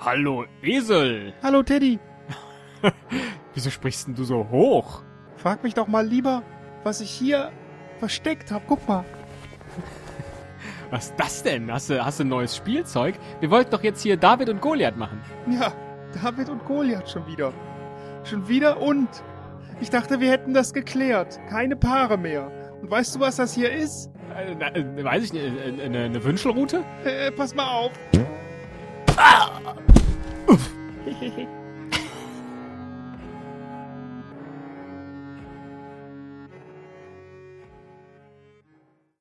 Hallo Esel. Hallo Teddy, Wieso sprichst denn du so hoch? frag mich doch mal lieber, was ich hier versteckt habe. Guck mal. Was ist das denn? Hast du, hast du neues Spielzeug? Wir wollten doch jetzt hier David und Goliath machen. Ja, David und Goliath schon wieder. Schon wieder und. Ich dachte, wir hätten das geklärt. Keine Paare mehr. Und weißt du, was das hier ist? Äh, äh, weiß ich nicht, äh, äh, eine, eine Wünschelrute? Äh, pass mal auf.